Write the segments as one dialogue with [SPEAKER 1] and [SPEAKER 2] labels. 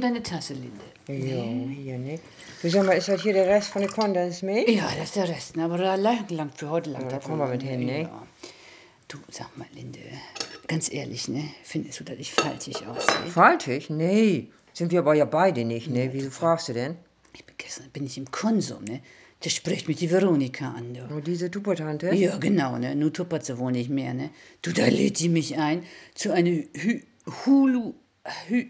[SPEAKER 1] deine Tasse, Linde.
[SPEAKER 2] Ja, hier nicht. Du sag mal, ist das hier der Rest von der Kondensmilch?
[SPEAKER 1] Ja, das ist der Rest, ne? aber da lang, lang für heute lang.
[SPEAKER 2] Ja,
[SPEAKER 1] da
[SPEAKER 2] da kommen wir mit hin, ne?
[SPEAKER 1] Du, sag mal, Linde, ganz ehrlich, ne? Findest du, dass ich faltig aussehe?
[SPEAKER 2] Faltig? Nee. Sind wir aber ja beide nicht, ne? Wieso fragst du denn?
[SPEAKER 1] Ich bin gestern bin ich im Konsum, ne? Der spricht mich die Veronika an, du.
[SPEAKER 2] Nur diese Tuppertante?
[SPEAKER 1] Ja, genau, ne? Nun tuppert sie wohl nicht mehr, ne? Du, da lädt sie mich ein zu einer Hü Hulu. Hü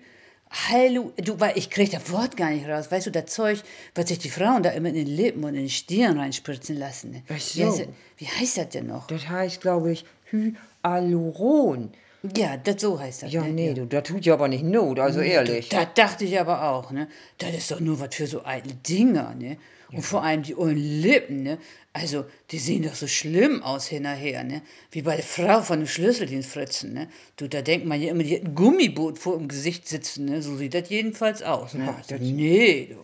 [SPEAKER 1] Hallo, du, weil ich krieg das Wort gar nicht raus. Weißt du, das Zeug, was sich die Frauen da immer in den Lippen und in den Stirn reinspritzen lassen. Ne?
[SPEAKER 2] Ach so.
[SPEAKER 1] Wie heißt, wie heißt das denn noch?
[SPEAKER 2] Das heißt, glaube ich, Hyaluron.
[SPEAKER 1] Ja, das so heißt das.
[SPEAKER 2] Ja,
[SPEAKER 1] ne?
[SPEAKER 2] nee, du, das tut ja aber nicht Not, also ehrlich.
[SPEAKER 1] Da dachte ich aber auch, ne? Das ist doch nur was für so eitle Dinger, ne? Und vor allem die ollen Lippen, ne? Also, die sehen doch so schlimm aus hinterher, ne? Wie bei der Frau von dem Schlüsseldienstfritzen, ne? Du, da denkt man ja immer, die hat ein Gummiboot vor dem Gesicht sitzen, ne? So sieht das jedenfalls aus, ne? Also, nee, du.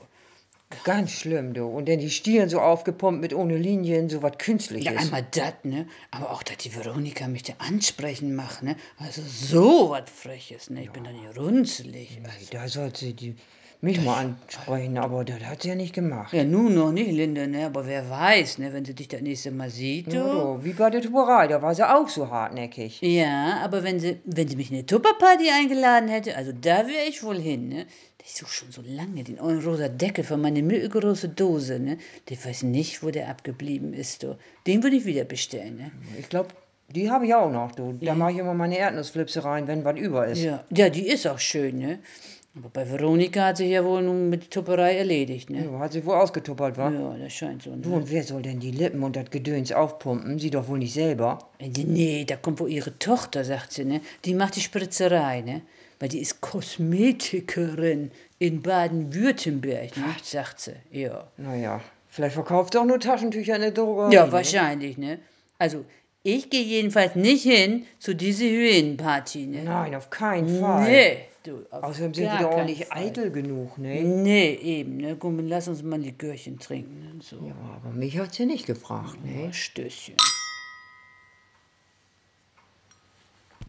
[SPEAKER 2] Ganz schlimm, du. Und dann die Stirn so aufgepumpt mit ohne Linien, so was
[SPEAKER 1] Ja,
[SPEAKER 2] Künstliches.
[SPEAKER 1] einmal das, ne? Aber auch, dass die Veronika mich da ansprechen macht, ne? Also, so was Freches, ne? Ich bin da nicht runzelig.
[SPEAKER 2] nee, da sollte sie die, mich mal ansprechen, aber das hat sie ja nicht gemacht.
[SPEAKER 1] Ja, nun noch nicht, Linde, ne? aber wer weiß, ne? wenn sie dich das nächste Mal sieht.
[SPEAKER 2] Ja,
[SPEAKER 1] Du.
[SPEAKER 2] du, wie bei der Tuberei, da war sie auch so hartnäckig.
[SPEAKER 1] Ja, aber wenn sie, wenn sie mich in eine Tupperparty eingeladen hätte, also da wäre ich wohl hin. Ne? Ich suche schon so lange den ollen rosa Deckel von meiner mittelgroße Dose. Ne? Ich weiß nicht, wo der abgeblieben ist. Du. Den würde ich wieder bestellen. Ne?
[SPEAKER 2] Ich glaube, die habe ich auch noch, du. Da mache ich immer meine Erdnussflipse rein, wenn was über ist.
[SPEAKER 1] Ja, ja, die ist auch schön. Ne? Aber bei Veronika hat sich ja wohl nun mit der Tupperei erledigt. Ne?
[SPEAKER 2] Du, hat sie wohl ausgetuppert, wa?
[SPEAKER 1] Ja, das scheint so. Ne?
[SPEAKER 2] Du, und wer soll denn die Lippen und das Gedöns aufpumpen? Sie doch wohl nicht selber.
[SPEAKER 1] Äh, Nee, da kommt wohl ihre Tochter, sagt sie, ne? Die macht die Spritzerei, ne? Weil die ist Kosmetikerin in Baden-Württemberg, ne? sagt sie. Ja.
[SPEAKER 2] Naja, vielleicht verkauft sie auch nur Taschentücher in der Drogerie.
[SPEAKER 1] Ja,
[SPEAKER 2] ne?
[SPEAKER 1] wahrscheinlich, ne? Also, ich gehe jedenfalls nicht hin zu dieser Höhenparty, ne?
[SPEAKER 2] Nein, auf keinen Fall.
[SPEAKER 1] Nee, du. auf
[SPEAKER 2] Außerdem sind
[SPEAKER 1] gar
[SPEAKER 2] die doch auch
[SPEAKER 1] keinen
[SPEAKER 2] nicht
[SPEAKER 1] Fall.
[SPEAKER 2] eitel genug, ne?
[SPEAKER 1] Nee, eben, ne? Komm, lass uns mal ein Likörchen trinken, ne? So.
[SPEAKER 2] Aber mich hat sie nicht gefragt, ne?
[SPEAKER 1] Stößchen.